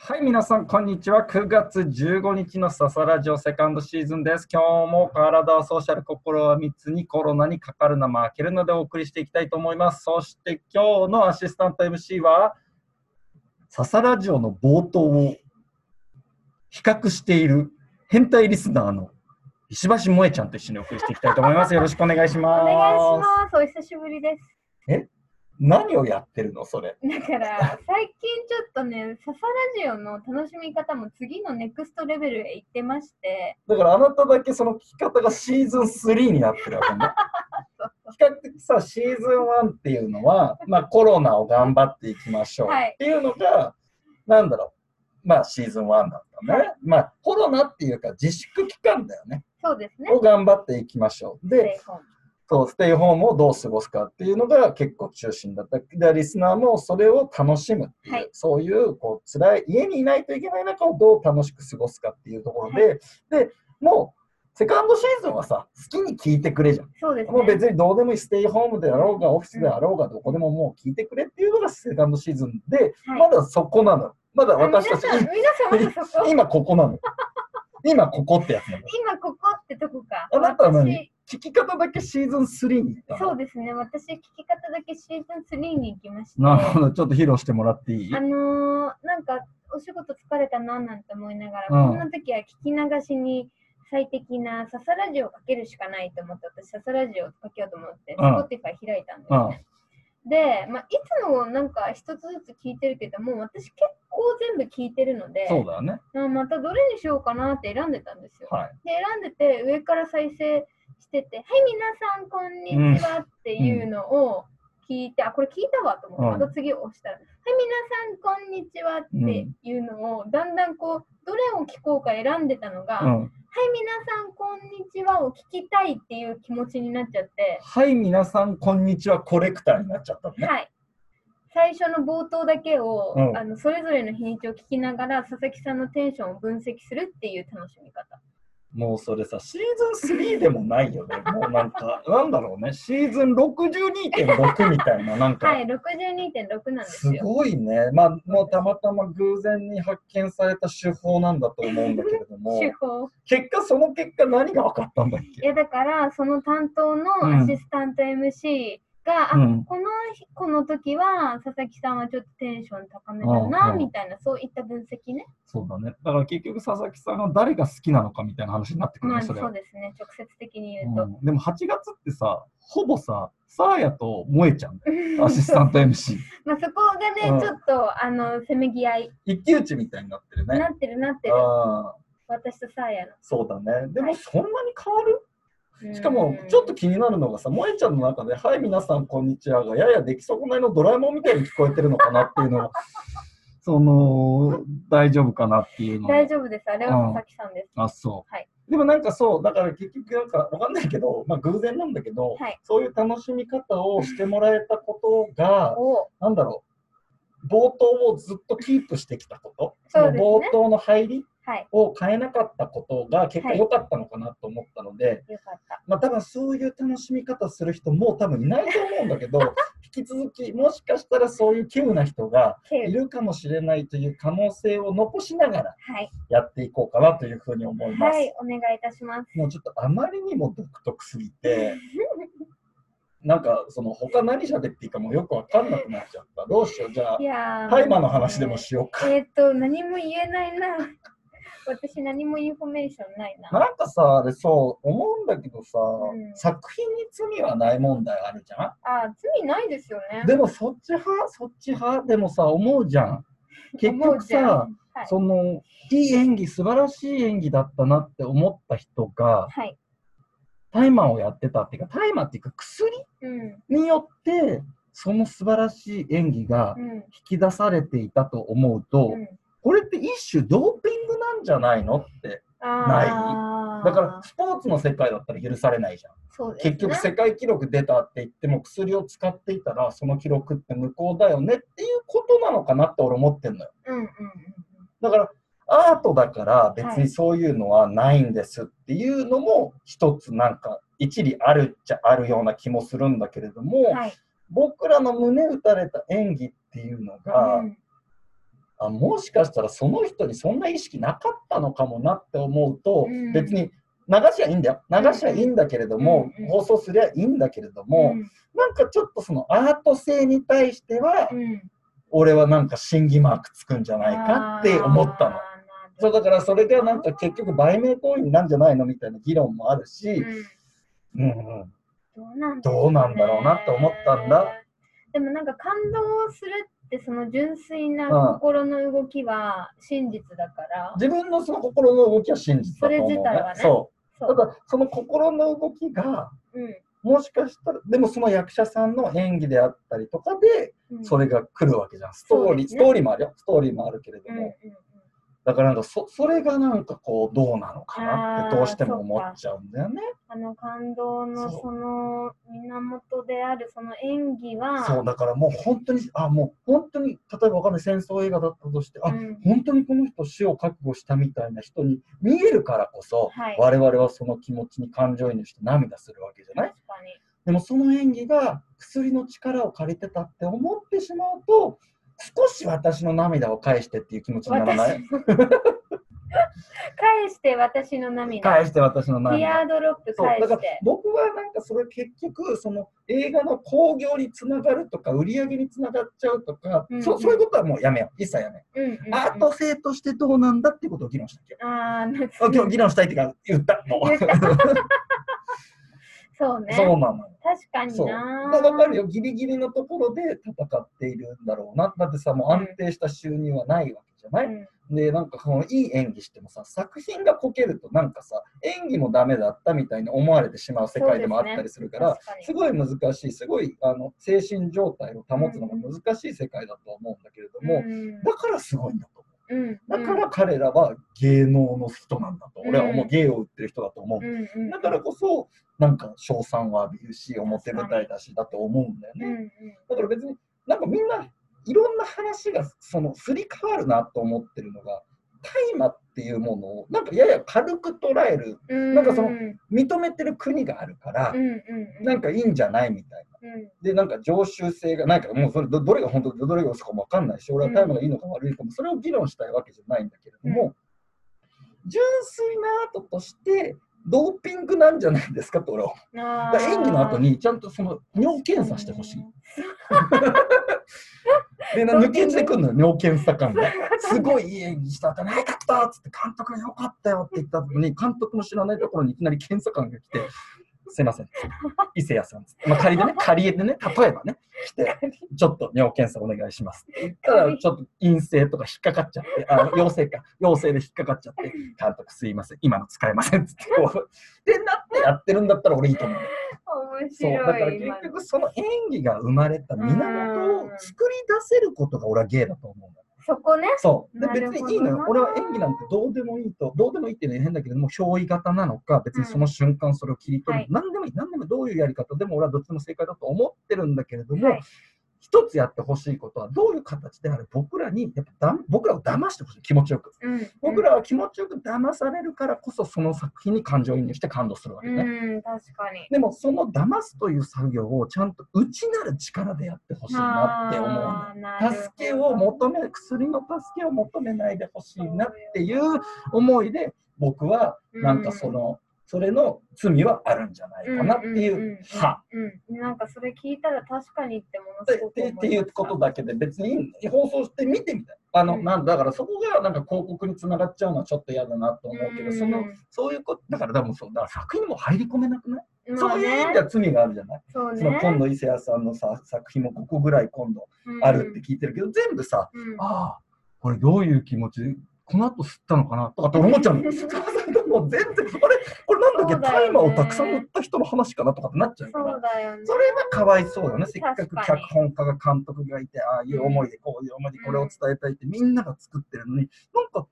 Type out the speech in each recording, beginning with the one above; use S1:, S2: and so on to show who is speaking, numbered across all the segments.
S1: はい、皆さん、こんにちは。9月15日のササラジオセカンドシーズンです。今日も体はソーシャル、心は密にコロナにかかるな、負けるのでお送りしていきたいと思います。そして今日のアシスタント MC は、ササラジオの冒頭を比較している変態リスナーの石橋萌えちゃんと一緒にお送りしていきたいと思います。よろしくお願いし
S2: お
S1: ます。
S2: 願いします。お久しぶりです。
S1: 何をやってるの、それ。
S2: だから、最近ちょっとね、ササラジオの楽しみ方も次のネクストレベルへ行ってまして、
S1: だからあなただけその聞き方がシーズン3になってるわけ ね。比較的さシーズン1っていうのは、まあ、コロナを頑張っていきましょう
S2: はい
S1: っていうのが、なんだろうまあシーズン1だったね。まあコロナっていうか自粛期間だよね。
S2: そうですね。
S1: を頑張っていきましょう。で
S2: ステイ
S1: そ
S2: ホーム
S1: うステイホームをどう過ごすかっていうのが結構中心だった。でリスナーもそれを楽しむっていう、
S2: はい
S1: そういうこう辛い家にいないといけない中をどう楽しく過ごすかっていうところで、でもうセカンドシーズンはさ好きに聞いてくれじゃん。
S2: そうです
S1: もう
S2: ね。
S1: 別にどうでもいいステイホームであろうがオフィスであろうがどこでももう聞いてくれっていうのがセカンドシーズンで、
S2: はい
S1: まだそこなの。まだ私たち
S2: あ皆さん、皆さんまだそこ、
S1: 今ここなの。今ここってやつなの。
S2: 今ここってとこか。
S1: あなたは何
S2: 私、
S1: 聞き方だけシーズン3に行ったの
S2: そうですね。私、聞き方だけシーズン3に行きまして、
S1: なるほど、ちょっと披露してもらっていい
S2: あのー、なんか、お仕事疲れたななんて思いながら、
S1: うん
S2: こんな時は聞き流しに最適なササラジオをかけるしかないと思って、私、ササラジオをかけようと思って、
S1: うん
S2: Spotify、開いたんです
S1: う
S2: ね。
S1: ん、
S2: で、まあ、いつもなんか一つずつ聞いてるけどもう私結構全部聞いてるので
S1: そうだよね。
S2: まあまたどれにしようかなって選んでたんですよ。
S1: はい。
S2: で選んでて上から再生してて「はい皆さんこんにちは」っていうのを聞いて、あこれ聞いたわと思って、
S1: うん
S2: また次押したら「はい皆さんこんにちは」っていうのを、だんだんこうどれを聞こうか選んでたのが「
S1: う
S2: はい
S1: ん、
S2: 皆さんこんにちは」を聞きたいっていう気持ちになっちゃって。
S1: はい、皆さん、こんにちは、コレクターになっちゃったのね。
S2: はい。最初の冒頭だけを、
S1: うん
S2: あのそれぞれの日にちを聞きながら佐々木さんのテンションを分析するっていう楽しみ方。
S1: もうそれさ、シーズン3でもないよね。 もうなんか、なんだろうね、シーズン62.6みたいな、なんか、
S2: はい、62.6なんです
S1: す
S2: よ。
S1: ごいね。まあ、もうたまたま偶然に発見された手法なんだと思うんだけれど も
S2: 手、法
S1: 結果、その結果、何が分かったんだっ
S2: い
S1: け
S2: やだからその担当の
S1: うん
S2: アシスタント MC が、
S1: う
S2: あ
S1: ん、
S2: この日この時は佐々木さんはちょっとテンション高めだな、
S1: うんうん
S2: みたいなそういった分析ね。
S1: そうだね。だから結局、佐々木さんが誰が好きなのかみたいな話になってくる
S2: ま
S1: ね、
S2: あそ
S1: そうれは。
S2: ですね直接的に言う
S1: う
S2: と。
S1: ん、でも8月ってさほぼさサーヤと萌えちゃんだよアシスタント MC
S2: まあそこがね、
S1: うん
S2: ちょっとあのせめぎ合い
S1: 一騎打ちみたいになってるね
S2: なってるなってる
S1: あー
S2: 私とサーヤの。
S1: そうだねで
S2: は
S1: も
S2: い
S1: そんなに変わる、
S2: うん
S1: しかもちょっと気になるのがさ萌えちゃんの中で「はい皆さんこんにちは」がやや出来損ないのドラえもんみたいに聞こえてるのかなっていうの はその大丈夫かなっていうの
S2: 大丈夫です。あれ
S1: うん
S2: は佐々木さんです。
S1: あそう、
S2: はい
S1: でもなんかそうだから結局なんかわかんないけど、まあ、偶然なんだけど、
S2: はい
S1: そういう楽しみ方をしてもらえたことが
S2: お
S1: なんだろう、冒頭をずっとキープしてきたこと、そ
S2: そう
S1: の
S2: ですね
S1: 冒頭の入り
S2: はい。
S1: を変えなかったことが結構
S2: はい
S1: 良かったのかなと思ったので、
S2: よかった。
S1: まあ多分そういう楽しみ方する人もう多分いないと思うんだけど、引き続きもしかしたらそういう稀有な人が
S2: ケ
S1: い
S2: ウ。
S1: るかもしれないという可能性を残しながら
S2: はい。
S1: やっていこうかなというふうに思います。
S2: はい。お願いいたします。
S1: もうちょっとあまりにも独特すぎ て、なんかその他何喋っていいかもうよくわかんなくなっちゃった。どうしよう、じゃあ
S2: い。やー
S1: 大麻の話でもしようか。
S2: えーっと、何も言えない な。私、何もインフォメーションないな。
S1: なんかさ、あれそう、思うんだけどさ、
S2: うん
S1: 作品に罪はない問題あるじゃ
S2: あー、罪ないですよね
S1: ん。。でもそっち派、そっち派でもさ、思うじゃん。結
S2: 思う
S1: 局
S2: じゃん
S1: さ、
S2: はい
S1: その、いい演技、素晴らしい演技だったなって思った人が、
S2: はい。
S1: 大麻をやってたっていうか、大麻っていうか薬
S2: うん。
S1: によって、その素晴らしい演技が
S2: うん。
S1: 引き出されていたと思うと、
S2: うん、
S1: これって一種ドーピングなんじゃないのって
S2: あー
S1: だから、スポーツの世界だったら許されないじゃん。
S2: そうですね、
S1: 結局世界記録出たって言っても薬を使っていたらその記録って無効だよねっていうことなのかなって俺思ってんのよ。
S2: うんうんうん
S1: だからアートだから別にそういうのはないんですっていうのも一つなんか一理あるっちゃあるような気もするんだけれども、
S2: うん。はい。
S1: 僕らの胸打たれた演技っていうのが
S2: うん
S1: あもしかしたらその人にそんな意識なかったのかもなって思うと、
S2: うん
S1: 別に流しはいいんだよ流しはいいんだけれども、
S2: うんうん
S1: 放送すりゃいいんだけれども、なんかちょっとそのアート性に対しては、
S2: うんうん
S1: 俺はなんか審議マークつくんじゃないかって思ったの。
S2: あー
S1: そうだからそれがなんか結局売名行為なんじゃないのみたいな議論もあるし、
S2: なるほどうん
S1: うんうん、
S2: どうなん
S1: どうなんだろうなって思ったんだ。
S2: でもなんか感動するってその純粋な心の動きは真実だから、
S1: 自分のその心の動きは真実だと思う、
S2: それ自体はね
S1: そ
S2: そう
S1: だか
S2: う、
S1: らその心の動きが
S2: う
S1: もしかしたらでもその役者さんの演技であったりとかで
S2: んうん、
S1: それが来るわけじゃんストーリー、
S2: そうです
S1: ス
S2: ね
S1: トーリーもあるよストーリーもあるけれど
S2: うん
S1: も、
S2: うんうん、
S1: だからなんかそそれがなんかこうどうなのかなっ
S2: あ
S1: て
S2: ー
S1: どうしても思っちゃうんだよね
S2: あの感動の
S1: そう
S2: その源であるその演技は
S1: そうだからもう本当にあもう本当に例えばわかんない戦争映画だったとしてあ、
S2: うん
S1: 本当にこの人死を覚悟したみたいな人に見えるからこそ、
S2: はい
S1: 我々はその気持ちに感情移入して涙するわけじゃない
S2: 確かに
S1: でもその演技が薬の力を借りてたって思ってしまうと少し私の涙を返してっていう気持ちにならない
S2: 私返して私の涙
S1: 返して私の
S2: ティ
S1: 涙
S2: アードロップ
S1: そう
S2: 返
S1: だか
S2: し
S1: ら
S2: て
S1: 僕はなんかそれ結局その映画の興行につながるとか売り上げにつながっちゃうとか、
S2: うんうん
S1: そそういうことはもうやめよう一切やめよ
S2: うんうんう
S1: う、
S2: ん
S1: アート性としてどうなんだっていうことを議論したっけ
S2: あー夏
S1: 今日議論したいってか言ったもう
S2: 言った そうね
S1: そうなのよ
S2: 確かに
S1: そう
S2: な
S1: まあ、わかるよ、ギリギリのところで戦っているんだろうな。だってさ、もう安定した収入はないわけじゃない、
S2: うん
S1: で、なんかそのいい演技してもさ、作品がこけると、なんかさ、演技もダメだったみたいに思われてしまう世界でもあったりするから、
S2: 確かに
S1: すごい難しい、すごいあの精神状態を保つのが難しい世界だと思うんだけれども、
S2: うん
S1: だからすごいんだと思う。
S2: うん
S1: だから彼らは芸能の人なんだと、俺は思
S2: う
S1: うん芸を売ってる人だと思う
S2: うんうん
S1: だからこそ、なんか称賛を浴びるし、表舞台だしだと思うんだよ
S2: う
S1: ね。
S2: んうん
S1: だから別に、なんかみんな、いろんな話がそのすり替わるなと思ってるのが、大麻っていうものを、なんかやや軽く捉える、
S2: うん
S1: なんかその
S2: うん
S1: 認めてる国があるから
S2: う、んうん
S1: なんかいいんじゃないみたいな。
S2: うん
S1: で、なんか常習性が、なんかもうそれど、どれが本当でどれが嘘かもわかんないし、俺は大麻がいいのか悪いのかも、それを議論したいわけじゃないんだけれども、純粋なアートとして、ドーピングなんじゃないですかと俺は思う
S2: あ
S1: だ
S2: ー
S1: から演技の後にちゃんとその尿検査してほしい。でな抜けてくんのよ、尿検査官 が。すごいいい演技したんじゃないかったっつって、監督がよかったよって言ったのに、監督も知らないところにいきなり検査官が来 て、すいません、伊勢谷さんっつって、まあ、仮でね、仮でね、例えばね、来て、ちょっと尿検査お願いしますって言ったら、ちょっと陰性とか引っかかっちゃって、あ の陽性か、陽性で引っかかっちゃって、監督すいません、今の使えませんっつって、こう、でなってやってるんだったら俺いいと思う。
S2: 面
S1: そうだから
S2: 白い
S1: 結
S2: 今の
S1: 局その演技が生まれた源を作り出せることが俺は芸だと思うんだ
S2: そこね
S1: そうで
S2: なるほど
S1: 別にいいのよ
S2: な
S1: 俺は演技なんてどうでもいいとどうでもいいっていうのは変だけれども憑依型なのか別にその瞬間それを切り取る、
S2: はい
S1: 何でもいい何でもどういうやり方でも俺はどっちも正解だと思ってるんだけれども、
S2: はい
S1: 一つやってほしいことはどういう形であれ僕らにやっぱだ僕らを騙してほしい気持ちよく
S2: うん
S1: 僕らは気持ちよく騙されるからこそその作品に感情移入して感動するわけ
S2: う
S1: ね、
S2: ん確かに
S1: でもその騙すという作業をちゃんと内なる力でやってほしいなって思うの。
S2: あーなるほど
S1: 助けを求め薬の助けを求めないでほしいなっていう思いで僕はなんかその、それの罪はあるんじゃないかなってい
S2: んんん
S1: う、
S2: ん
S1: は
S2: うん、なんかそれ聞いたら確かにってもの
S1: っ
S2: す
S1: て
S2: ごく
S1: ってって
S2: 思
S1: い
S2: ま
S1: う
S2: した
S1: ことだけで別に放送して見てみたいあの、
S2: うん
S1: なんだからそこがなんか広告につながっちゃうのはちょっと嫌だなと思うけど、そのそういうことだから多分そうだから作品にも入り込めなくない、
S2: うん
S1: そういう意味では罪があるじゃない
S2: そうね
S1: その今度伊勢谷さんのさ作品もここぐらい今度あるって聞いてるけど、全部さ
S2: うんうん
S1: ああこれどういう気持ちこの後吸ったのかなとかって思っち ゃうのそうするともう全然あれこれなんだ
S2: そ
S1: っ
S2: う
S1: け
S2: だよね
S1: 大麻をたくさん売った人の話かなとかってなっちゃうか
S2: そ
S1: ら
S2: うだよね
S1: それはかわいそうよねせっかく
S2: 確かに
S1: 脚本家が監督がいてああいう思いでこういう思いでこれを伝えたいってみんなが作ってるのになんか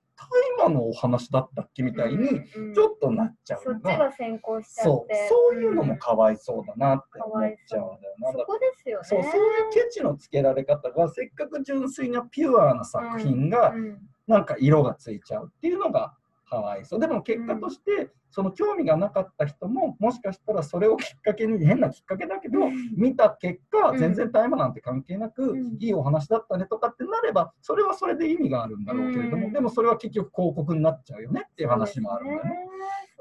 S1: 大麻のお話だったっけみたいに
S2: うんうん
S1: ちょっとなっちゃう
S2: そ
S1: の
S2: っち
S1: が。
S2: が先行しちゃ
S1: そ
S2: っ
S1: う
S2: て
S1: そういうの
S2: う
S1: も
S2: ん
S1: かわいそうだなって思っちゃうんだよな。
S2: そこですよね
S1: そうそういうケチのつけられ方がせっかく純粋なピュアな作品が
S2: うん
S1: なんか色がついちゃうっていうのがかわいそうでも結果としてその興味がなかった人ももしかしたらそれをきっかけに変なきっかけだけど見た結
S2: う
S1: 果
S2: ん
S1: 全然タイムなんて関係なく
S2: ん
S1: いいお話だったねとかってなればそれはそれで意味があるんだろうけれど
S2: う
S1: も
S2: ん
S1: でもそれは結局広告になっちゃうよねっていう話もあるんだよね。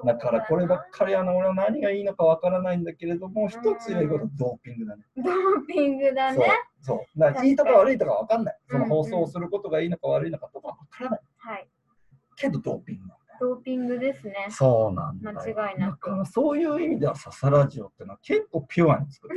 S1: だからこればっかりあの俺は何がいいのかわからないんだけれども一つ言えることはドーピングだね。
S2: ドーピングだね。
S1: そうそうだからいいとか悪いとかわかんない。その
S2: うんうん
S1: 放送をすることがいいのか悪いのかとかわからない。
S2: はい。
S1: けどドーピングなんだよ。
S2: ドーピングですね。
S1: そうなんだよ。
S2: 間違いなく
S1: だからそういう意味ではササラジオってのは結構ピュアに作る。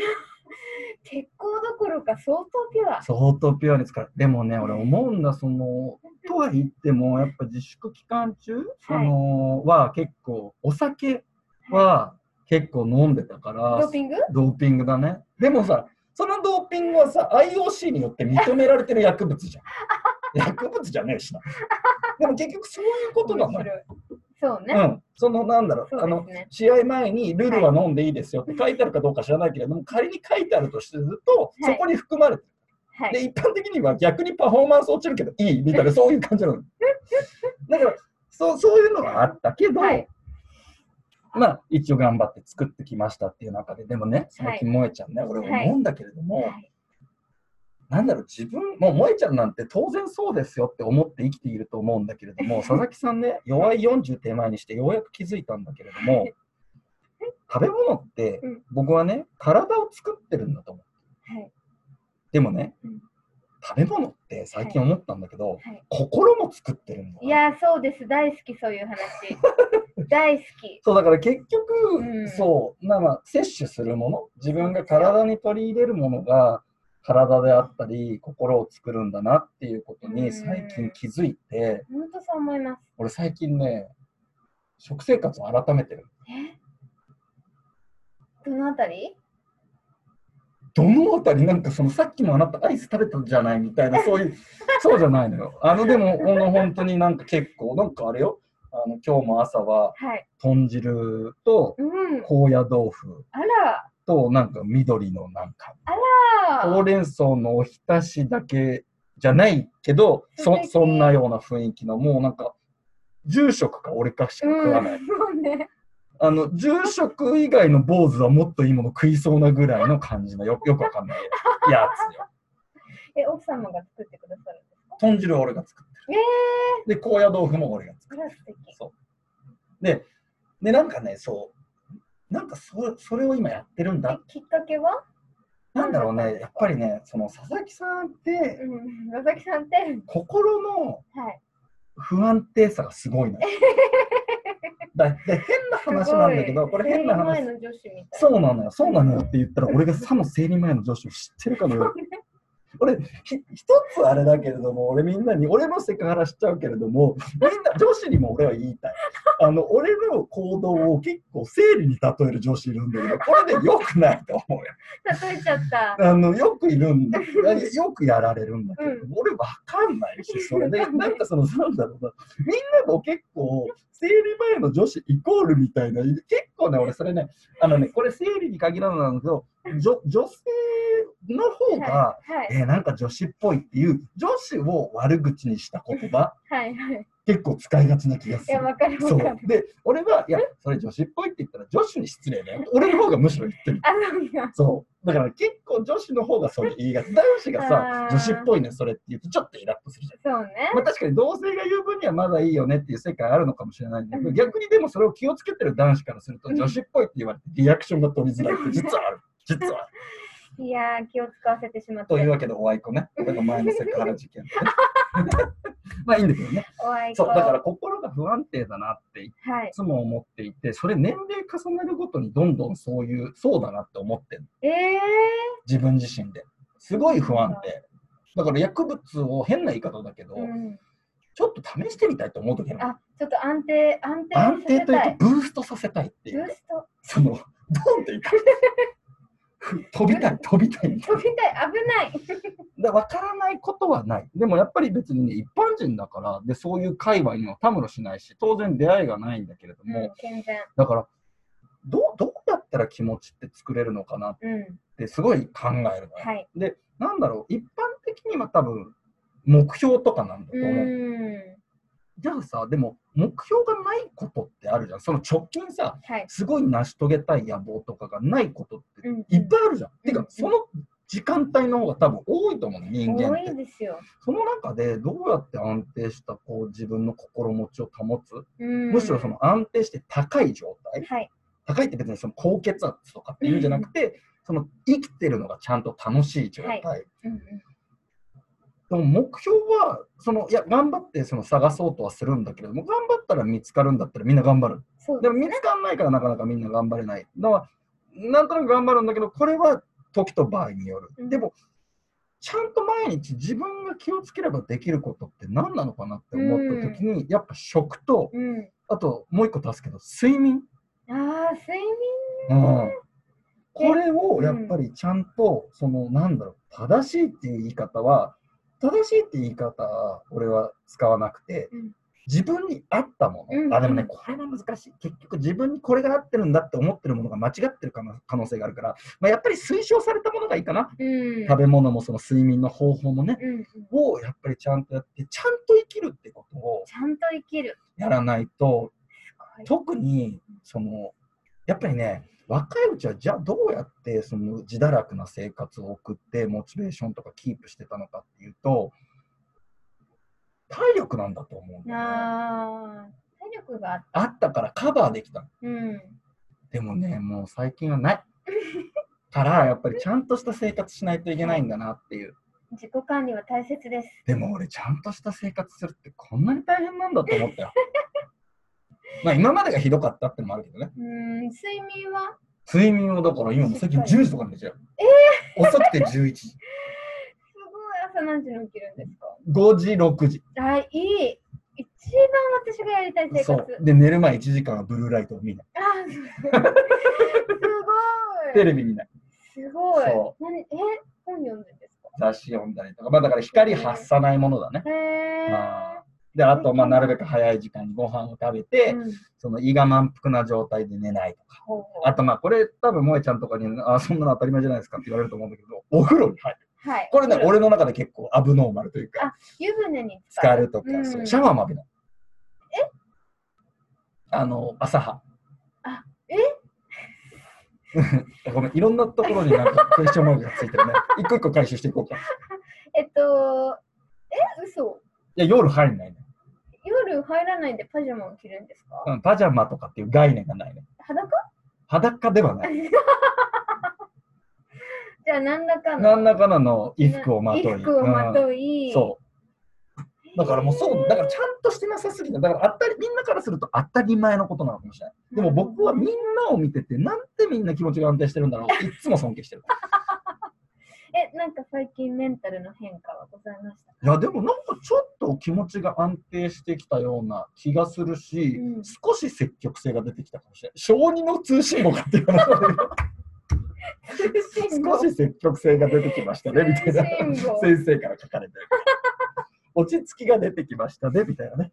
S2: 結構どころか相当ピュア。
S1: 相当ピュアに作る。でもね、俺思うんだ、その、とは言っても、やっぱ自粛期間中、そのは結構、お酒は結構飲んでたから、
S2: ドーピング
S1: ドーピングだね。でもさ、そのドーピングはさ、IOC によって認められてる薬物じ ゃん。薬物じゃねえしな。でも結局そういうことなんだよ。
S2: 面白いそうね。
S1: うん。そのなんだろう、あ
S2: そう
S1: の
S2: です、ね。
S1: 試合前にルールは飲んでいいですよって書いてあるかどうか知らないけれども、仮に書いてあるとすると、
S2: は
S1: そ
S2: い
S1: こに含まれてる。
S2: は
S1: で、
S2: い。
S1: 一般的には逆にパフォーマンス落ちるけどいいみたいな、そういう感じ なの。だから、そうそういうのがあったけど、
S2: はい。
S1: まあ、一応頑張って作ってきましたっていう中で、でもね、最近萌えちゃんね、俺
S2: はい
S1: 思うんだけれども、
S2: はい
S1: なんだろう、自分、もう萌えちゃんなんて当然そうですよって思って生きていると思うんだけれど も、佐々木さんね、弱い40手前にしてようやく気づいたんだけれど も、食べ物って
S2: うん
S1: 僕はね、体を作ってるんだと思う。
S2: はい。
S1: でもね
S2: うん、
S1: 食べ物って最近思ったんだけど、
S2: はい。
S1: 心も作ってるんだ
S2: いやー、そうです。大好き、そう いう話。大好き。
S1: そうだから結局、
S2: うん
S1: そうなまあ摂取するもの自分が体に取り入れるものが体であったり心を作るんだなっていうこと
S2: うん
S1: に最近気づいて
S2: 本当そう思います。
S1: 俺最近ね食生活を改めてる
S2: えどのあたり
S1: どのあたりなんかそのさっきもあなたアイス食べたんじゃないみたい なそういうそうじゃないのよあのでもこの本当になんか結構なんかあれよあの今日も朝は
S2: はい。
S1: 豚汁と
S2: うん。
S1: 高野豆腐
S2: あら。
S1: となんか緑のなんか
S2: あ
S1: ほう
S2: ー
S1: れん草のおひたしだけじゃないけどそそんなような雰囲気のもうなんか住職か俺かしか
S2: うん。
S1: 食わない、
S2: そうね。
S1: あの住職以外の坊主はもっといいもの食いそうなぐらいの感じのよよくわかんないやつよ
S2: え、奥様が作ってくださるんですか
S1: 豚汁は俺が作って
S2: え
S1: るで高野豆腐も俺が作
S2: ー、あら素敵。
S1: るででなんかねそうなんかそそれを今やってるんだ
S2: えきっかけは
S1: なんだろうねやっぱりねその佐々木さんっ
S2: う
S1: て
S2: ん。佐々木さんって。
S1: 心の
S2: はい。
S1: 不安定さがすごい のよ。だで変な話なんだけど、
S2: すご
S1: こ
S2: い
S1: れ変な
S2: 生
S1: 話。
S2: 理前の女子みたい
S1: そうなのよ、そうなのよって言ったら、俺がさも生理前の上司を知ってるかのよう に。俺、ひ一つあれだけれども、俺みんなに、俺もセクハラしちゃうけれども、みんな上司にも俺は言いたい。あの、俺の行動を結構生理に例える上司いるんだけど、これで良くないと思うよ。
S2: な。例えちゃった。
S1: あのよくいるんだよくやられるんだけど、俺わかんないしそれでなんかそのなんだろうなみんなも結構生理前の女子イコールみたいな結構ね俺それねあのねこれ生理に限らないんだけど女女性の方が、
S2: はい。はい。
S1: えーなんか女子っぽいっていう女子を悪口にした言葉
S2: はいはい。
S1: 結構使いがちな気が
S2: い
S1: する
S2: や、。わかる
S1: そ
S2: わ
S1: う
S2: かる。
S1: で俺はいやそれ女子っぽいって言ったら女子に失礼だよ俺の方がむしろ言ってる
S2: あの、いや
S1: そう。だから結構女子の方がそれ言いがち。男子が
S2: あ
S1: さ
S2: ー、
S1: 女子っぽいね、それって言うとちょっとイラッとするじゃん。
S2: そうね。
S1: まあ確かに同性が言う分にはまだいいよねっていう世界あるのかもしれないんだけ
S2: う
S1: ど、
S2: ん
S1: 逆にでもそれを気をつけてる男子からすると
S2: うん
S1: 女子っぽいって言われてリアクションが取りづらい って実はある。実はある。
S2: いやー、気を使わせてしまって。
S1: というわけでおあいこ ね。俺の前のセクハラ事件、ね。まあいいんだけどね。
S2: お会い
S1: そう、だから心が不安定だなってい
S2: はい。
S1: つも思っていて、それ年齢重ねるごとにどんどんそういう、そうだなって思ってる。
S2: ええ
S1: 自分自身で。すごい不安定。だから薬物を変な言い方だけど、
S2: ー。うん。
S1: ちょっと試してみたいと思う時の。
S2: あ、ちょっと安定、安定
S1: 安定
S2: させ
S1: とい
S2: た
S1: う
S2: い。
S1: とブーストさせたいっていう
S2: ブ
S1: か
S2: ー、スト。
S1: その、ドンっていかないふ飛びたい、飛びたいみたい
S2: 飛びたい。危ない。
S1: な。分からないことはない。でもやっぱり別にね、一般人だから、で、そういう界隈にはたむろしないし、当然出会いがないんだけれども、
S2: うん、健全。
S1: だから、どうどうやったら気持ちって作れるのかなっ
S2: うん。
S1: てすごい考えるのよ。
S2: はい。
S1: で、なんだろう、一般的には多分、目標とかなんだ
S2: う
S1: と思う。
S2: ーん。
S1: じゃあさ、でも目標がないことってあるじゃん。その直近さ、
S2: はい。
S1: すごい成し遂げたい野望とかがないことって
S2: うん
S1: いっぱいあるじゃん。て
S2: う
S1: か
S2: ん、
S1: その時間帯の方が多分多いと思うの、人間
S2: 多
S1: って
S2: い。ですよ。
S1: その中でどうやって安定したこう自分の心持ちを保つ、
S2: うん
S1: むしろそ。の安定して高い状態、
S2: はい。
S1: 高いって別にその高血圧とかっていうんじゃなくて、その生きてるのがちゃんと楽しい状態、
S2: はうんうん
S1: でも目標はそのいや頑張ってその探そうとはするんだけれども頑張ったら見つかるんだったらみんな頑張る
S2: そう
S1: でも
S2: です
S1: 見
S2: ね。
S1: つかんないからなかなかみんな頑張れないだからなんとなく頑張るんだけどこれは時と場合による、
S2: うん
S1: でもちゃんと毎日自分が気をつければできることって何なのかなって思った時に、やっぱ食と
S2: うん。
S1: あともう一個足すけど睡眠、
S2: ああ、睡眠。
S1: うんこれをやっぱりちゃんと、そのなんだろう正しいっていう言い方は正しいって言い方は俺は使わなくて、
S2: うん
S1: 自分に合ったもの、
S2: うん
S1: あでもね
S2: うん
S1: これは難しい結局自分にこれが合ってるんだって思ってるものが間違ってる可能可能性があるから、まあ、やっぱり推奨されたものがいいかな、
S2: うん。
S1: 食べ物もその睡眠の方法もね、
S2: うん。
S1: をやっぱりちゃんとやってちゃんと生きるってことを
S2: ちゃんと生きる。
S1: やらないと
S2: すごい
S1: 特にそのやっぱりね若いうちはじゃあどうやってその自堕落な生活を送ってモチベーションとかキープしてたのかっていうと体力なんだと思うんだよね
S2: ああ、体力があっ
S1: あったからカバーできた
S2: うん。
S1: でもねもう最近はないからやっぱりちゃんとした生活しないといけないんだなっていう
S2: 自己管理は大切です。
S1: でも俺ちゃんとした生活するってこんなに大変なんだと思ったよまあ今までがひどかったってのもあるけどね
S2: うん、睡眠は
S1: 睡眠をだから今も最近10時とかに寝ちゃう。え遅くて11時。
S2: すごい朝何時に起きるんですか
S1: 5時、6時。
S2: あ、いい。一番私がやりたい生活。
S1: そう。で、寝る前1時間はブルーライトを見ない。
S2: あー、す
S1: テ
S2: ごい。
S1: レビ見ない。
S2: すごい。
S1: そ
S2: 何え、本読んでんですか
S1: 雑誌読んだりとか。まあだから光発さないものだね。
S2: へえ。
S1: まあで、あと、まあなるべく早い時間にご飯を食べて、
S2: うん
S1: その胃が満腹な状態で寝ないとか。
S2: ほうほう
S1: あと、まあこれ多分萌えちゃんとかに、あ、そんなの当たり前じゃないですかって言われると思うんだけど、お風呂に入る。
S2: はい。
S1: これね、俺の中で結構アブノーマルというか、
S2: 湯船に
S1: 浸かるとか、
S2: うん
S1: そうシャワーも浴びない。えあの、朝葉。
S2: え
S1: ごめん、いろんなところになんかクエスチョンマークがついてる ね。一個一個回収していこうか。い
S2: えっと、え、嘘
S1: や、夜入んないね。
S2: 夜入らないでパジャマを着るんですか
S1: うん、パジャマとかっていう概念がないね。
S2: 裸
S1: 裸ではない。
S2: じゃあ何らかの
S1: 何らかの衣服をまとい。
S2: 衣服をま
S1: うん
S2: とい、
S1: そう。だからもうそう、だからちゃんとしてなさすぎて、だからあったり、みんなからすると当たり前のことなのかもしれない。でも僕はみんなを見てて、なんてみんな気持ちが安定してるんだろうっていっつも尊敬してる。
S2: えなんか最近メンタルの変化はございました
S1: いやでもなんかちょっと気持ちが安定してきたような気がするし、
S2: うん
S1: 少し積極性が出てきたかもしれない小児の通信簿かっていう話なんだけど少し積極性が出てきましたねみたいな
S2: 通信簿
S1: 先生から書かれてる落ち着きが出てきましたねみたいなね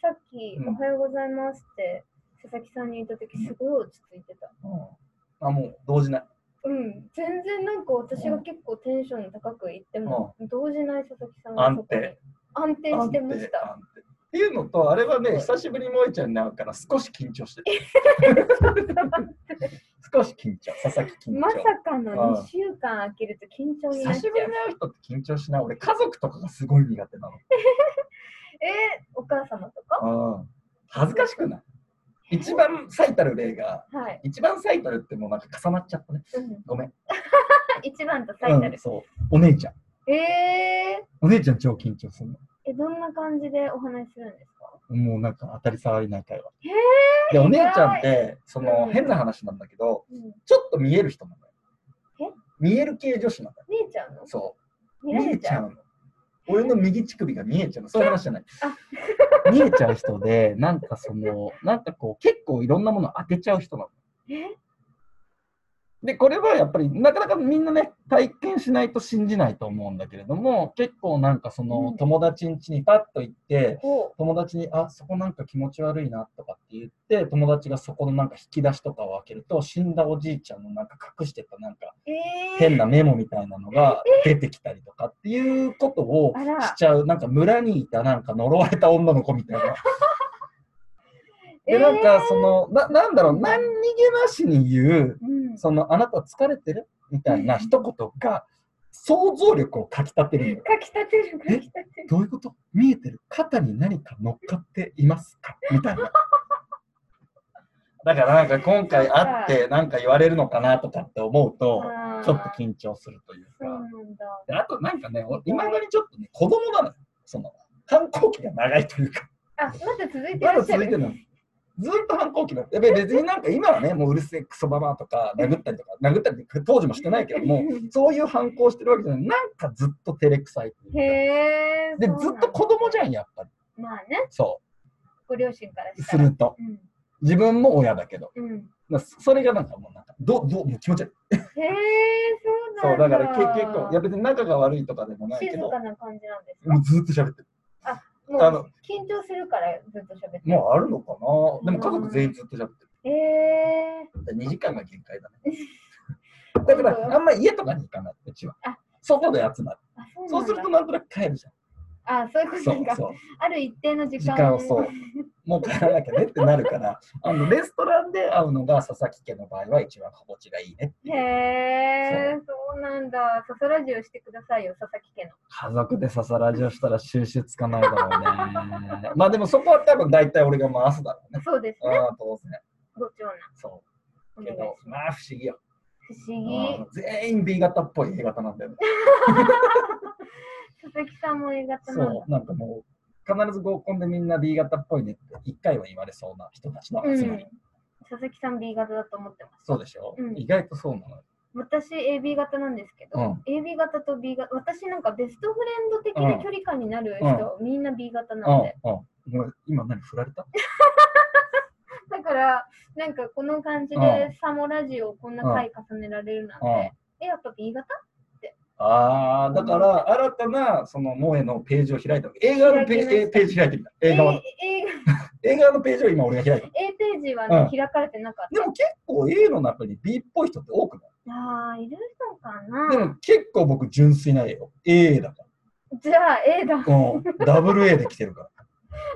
S2: さっき
S1: う
S2: 「
S1: ん
S2: おはようございます」って佐々木さんに言った時すごい落ち着いてた
S1: うんあもう動じない
S2: うん全然なんか私が結構テンション高く言っても動じない佐々木さん
S1: 安
S2: が
S1: 定
S2: そこに安定してました
S1: 安定っていうのとあれはね久しぶりに萌えちゃんに会うから少し緊張してる少し緊張佐々木緊張
S2: まさかの2週間空けると緊張にな
S1: 久
S2: っち
S1: し
S2: ゃう
S1: ぶりに会う人って緊張しない俺家族とかがすごい苦手な
S2: えお母様とか
S1: の、うん、恥ずかしくない一番最たる例が
S2: はい、
S1: 一番最たるってもうなんか重なっちゃったね
S2: うん、
S1: ごめん、
S2: 一番と最た
S1: うん
S2: る、
S1: そうお姉ちゃん
S2: えー、
S1: お姉ちゃん超緊張する
S2: えどんな感じでお話しするんですか
S1: のもうなんか当たり障りない会話
S2: へ
S1: でお姉ちゃんってその、
S2: うん
S1: 変な話なんだけど
S2: うん
S1: ちょっと見える人なのよ
S2: え
S1: 見える系女子なのよ
S2: 姉ちゃんの
S1: そう
S2: 見ら
S1: 見え
S2: れ
S1: ち
S2: ち
S1: ゃ
S2: ゃ
S1: う
S2: う
S1: の。俺の右乳首が見えちゃうの。そういう話じゃない。 見えちゃう人で、なんかその、なんかこう、結構いろんなもの当てちゃう人なの。
S2: え
S1: で、これはやっぱり、なかなかみんなね、体験しないと信じないと思うんだけれども、結構なんかその、
S2: うん
S1: 友達ん家にパッと行って、
S2: お
S1: 友達に、あ、そこなんか気持ち悪いなとかって言って、友達がそこのなんか引き出しとかを開けると、死んだおじいちゃんのなんか隠してたなんか
S2: え
S1: 変
S2: ー、
S1: なメモみたいなのが出てきたりとかっていうことを
S2: あら
S1: しちゃう、なんか村にいたなんか呪われた女の子みたいな。で、
S2: え
S1: なんかその、ななんだろう、何気なしに言う、
S2: うん、か
S1: そのあなた疲れてるみたいな一言が想像力をかきたてるのよ。
S2: きたてる、かきたてる。
S1: どういうこと見えてる肩に何か乗っかっていますかみたいな。だからなんか今回会って何か言われるのかなとかって思うとちょっと
S2: 張。
S1: 緊張するというか。
S2: そうなんだ。
S1: であとなんかね、いまだにちょっとね、子供なのよ。その反抗期が長いというか。
S2: あ、まだ続いて
S1: ま
S2: ら
S1: だ
S2: っしゃ
S1: 続いて
S2: る。
S1: るの。ずっと反抗期だった。で別になんか今はね、もううるせえクソババアとか殴ったりとか、殴ったりとか当時もしてないけども、そういう反抗してるわけじゃない。なんかずっと照れくさいっていう
S2: へえ。
S1: か。で、
S2: そう
S1: ず
S2: なん
S1: っ
S2: だ
S1: と子供じゃん、やっぱり。
S2: まあね、
S1: そ
S2: ご両親から
S1: う。
S2: し
S1: す
S2: たら。
S1: ると。
S2: うん。
S1: 自分も親だけど。
S2: うん。
S1: だからそれがなんかもうなんか、どう、どう、もう気持ち悪い。
S2: へえ、そう
S1: そ
S2: な
S1: う、
S2: ん
S1: だ
S2: だ。
S1: からけ結構、いや別に仲が悪いとかでもないけ
S2: 静
S1: ど、
S2: かな感じなんです
S1: も
S2: か
S1: うずっと喋ってる。
S2: も
S1: あの
S2: う緊張するからずっと喋ってる。
S1: もうあるのかなでも家族全員ずっと喋ってる。
S2: ええ
S1: 2時間が限界だ ね。だから、あんまり家とかに行かない、うちは
S2: あ。
S1: 外で集まる。
S2: あ、そ
S1: そう
S2: うな
S1: ん
S2: だ。
S1: するとなんとなく帰るじゃん。
S2: あ、そういう
S1: そ
S2: こ
S1: う
S2: とか。
S1: そう。
S2: ある一定の時間
S1: 時間をそう。もう帰らなきゃねってなるから、あのレストランで会うのが佐々木家の場合は一番心地がいいねっていう。
S2: へえ、そうなんだ。ささラジオしてくださいよ、佐々木家の。
S1: 家族でささラジオしたら収集つかないだろうね。 まあでもそこは多分大体俺が回すだろうね。
S2: そうですね、
S1: ああ、当然。
S2: ご長
S1: そ
S2: 男。お
S1: う。
S2: 願
S1: け
S2: いしま
S1: ど、まあ不思議よ。
S2: す。不思議。
S1: うん全員 B 型っぽい A 型なんだよね。
S2: 佐々木さんも A 型なんだ
S1: そ。う、なんかもう、必ず合コンでみんな B 型っぽいねって、一回は言われそうな人たちの
S2: うん
S1: 集まり。。
S2: 佐々木さん B 型だと思ってます。
S1: そうでしょ、
S2: うん
S1: 意外とそうなのよ。
S2: 私 AB 型なんですけど、
S1: うん
S2: AB 型と B 型、私なんかベストフレンド的な距離感になる人、みんな B 型なんで。
S1: うん、うん。もう今何振られた
S2: だから、なんかこの感じ
S1: う
S2: でサモラジオをこんな回重ねられるなんて、
S1: うん
S2: え、やっぱ B 型
S1: ああ、だから新たなその萌えのページを開いた。映画のペ
S2: 開きま
S1: ー
S2: した
S1: ページ開いてみた。映
S2: A,
S1: 画は
S2: A,
S1: 映画のページを今俺が開いた。
S2: A ページは、ね
S1: うん
S2: 開かれてなかっ
S1: でも結構 A の中に B っぽい人って多くない、
S2: た。ああ、いるのかな
S1: でも結構僕純粋な A よ。A だか
S2: じゃあ A だ。
S1: ら。うん。ダブル A で来てるから。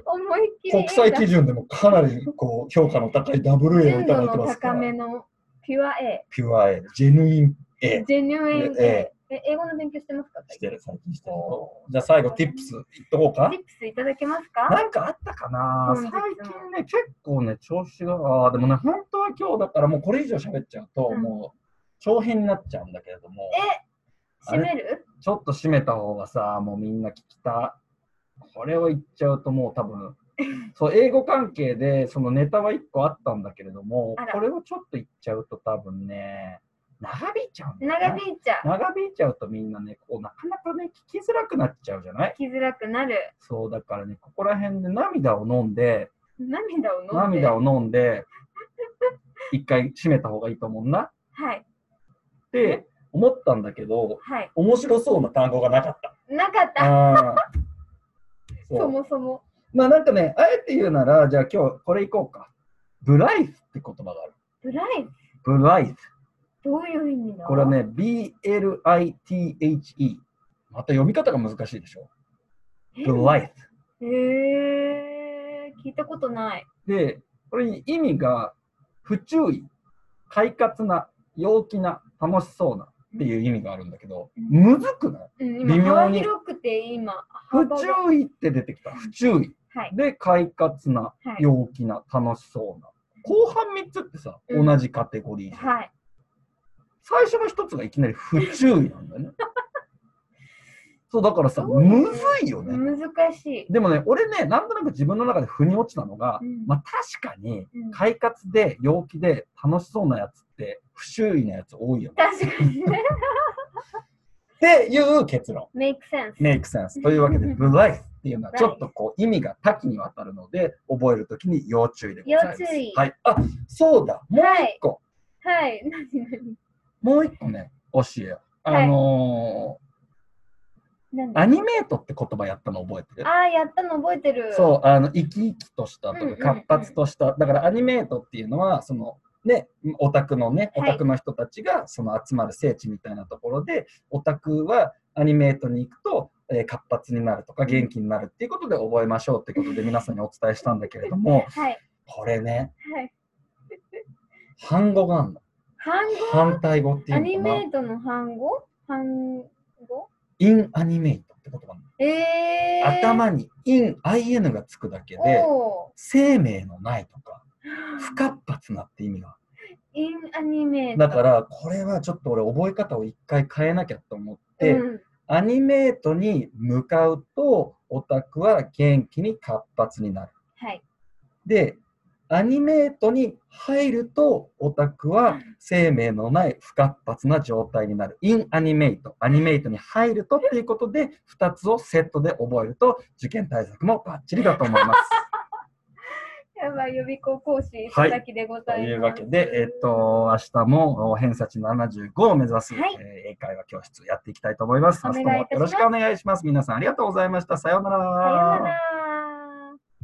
S2: 思 いっきり A
S1: 国
S2: だ。
S1: 際基準でもかなりこう評価の高いダブル A をい
S2: 純
S1: ただ
S2: 度
S1: いて
S2: の
S1: ますか
S2: 高
S1: ら
S2: め。のピュア A。
S1: ピュア A、ジェヌイン A
S2: ジェニュエン A
S1: A。
S2: え英語の勉強してますか
S1: してる、最近してる
S2: お。
S1: じゃあ最後、ティップスいっとこうか
S2: テ。ィップスいただけますか
S1: なんかあったかな
S2: うん
S1: 最近ね、結構ね、調子が、あーでもね、本当は今日だからもうこれ以上喋っちゃうと、
S2: うん
S1: もう、長編になっちゃうんだけれども、
S2: 閉める
S1: ちょっと締めた方がさ、もうみんな聞きた。これを言っちゃうともう多分、そう、英語関係で、そのネタは1個あったんだけれども
S2: あ、ら
S1: これをちょっと言っちゃうと多分ね、長引いちゃうんだよね
S2: 長引いちゃう。
S1: 長引いちゃうとみんなね、こうなかなかね、聞きづらくなっちゃうじゃない
S2: 聞きづらくなる。
S1: そう、だからね、ここら辺で涙を飲んで、
S2: 涙を飲んで。
S1: 涙を飲んで、一回締めた方がいいと思うなっ
S2: はい。
S1: て思ったんだけど、
S2: はい。
S1: 面白そうな単語がなかっ。
S2: なかった た。
S1: あーそう
S2: そもそも。
S1: まあなんかね、あえて言うなら、じゃあ今日これいこうか。ブライフって言葉がある。
S2: ブライ
S1: ブライフ。
S2: どういう意味だ
S1: これは。ね、B-L-I-T-H-E。また読み方が難しいでしょ。ブライフ。
S2: へえー、聞いたことない。
S1: で、これに意味が、不注意、快活な、陽気な、楽しそうなっていう意味があるんだけど、
S2: うん
S1: むずくない
S2: うん、
S1: 微妙
S2: 今、
S1: に
S2: 幅広くて今、
S1: 不
S2: 幅が
S1: 注意って出てきた。不注意。
S2: はい。
S1: で、快活な、
S2: はい。
S1: 陽気な、楽しそうな。後半3つってさ、
S2: うん
S1: 同じカテゴリーじゃん。
S2: はい。
S1: 最初の1つがいきなり不注意なん だよね。そう、だからさ、
S2: そうね
S1: むずいよね。
S2: 難しい。
S1: でもね、俺ね、なんとなく自分の中で腑に落ちたのが、
S2: うん
S1: まあ確かに、
S2: うん
S1: 快活で陽気で楽しそうなやつって不注意なやつ多いよね。
S2: 確かに ね。
S1: っていう結論。
S2: make sense。
S1: メイクセンス。というわけで、ブライフっていうのはちょっとこう意味が多岐にわたるので、覚えるときに要注意でございます。
S2: 要注意
S1: はい。あ、そうだ。もう一個。
S2: はい。何何
S1: もう一個ね、教えよう。あの
S2: なん
S1: ー
S2: だ
S1: アニメートって言葉やったの覚えてる
S2: ああ、やったの覚えてる。
S1: そう、あの生き生きとした
S2: うんうんう
S1: と
S2: ん
S1: か、活発とした、だからアニメートっていうのは、そのね、オタクのね、オ
S2: はい
S1: タクの人たちがその集まる聖地みたいなところで、オタクはアニメートに行くと、えー活発になるとか、元気になるっていうことで覚えましょうってことで、皆さんにお伝えしたんだけれども、
S2: はい。
S1: これね、
S2: はい。
S1: 反語があるの。
S2: 反語
S1: 反対語ってい
S2: ア
S1: う
S2: ニ
S1: のかな
S2: メ。ートの反語反語
S1: インアニメイトって言葉なの。
S2: えー。
S1: 頭にイン、IN がつくだけで、
S2: おー
S1: 生命のないとか、不活発なって意味がある
S2: インアニメート。
S1: だからこれはちょっと俺覚え方を一回変えなきゃと思って、
S2: うん
S1: アニメートに向かうとオタクは元気に活発になる。
S2: はい。
S1: でアニメートに入るとオタクは生命のない不活発な状態になる。インアニメイト、アニメイトに入るとっていうことで2つをセットで覚えると受験対策もバッチリだと思います。
S2: やばい、予備校講師、佐々木でご
S1: と
S2: ざいます。
S1: いうわけで、えっ、と、明日もお偏差値75を目指す、
S2: はい
S1: えー英会話教室やっていきたいと思います。
S2: お
S1: 明
S2: 願い
S1: 日
S2: い
S1: もよ
S2: たします
S1: ろしくお願いします。皆さんありがとうございました。さようなら。
S2: さようなら。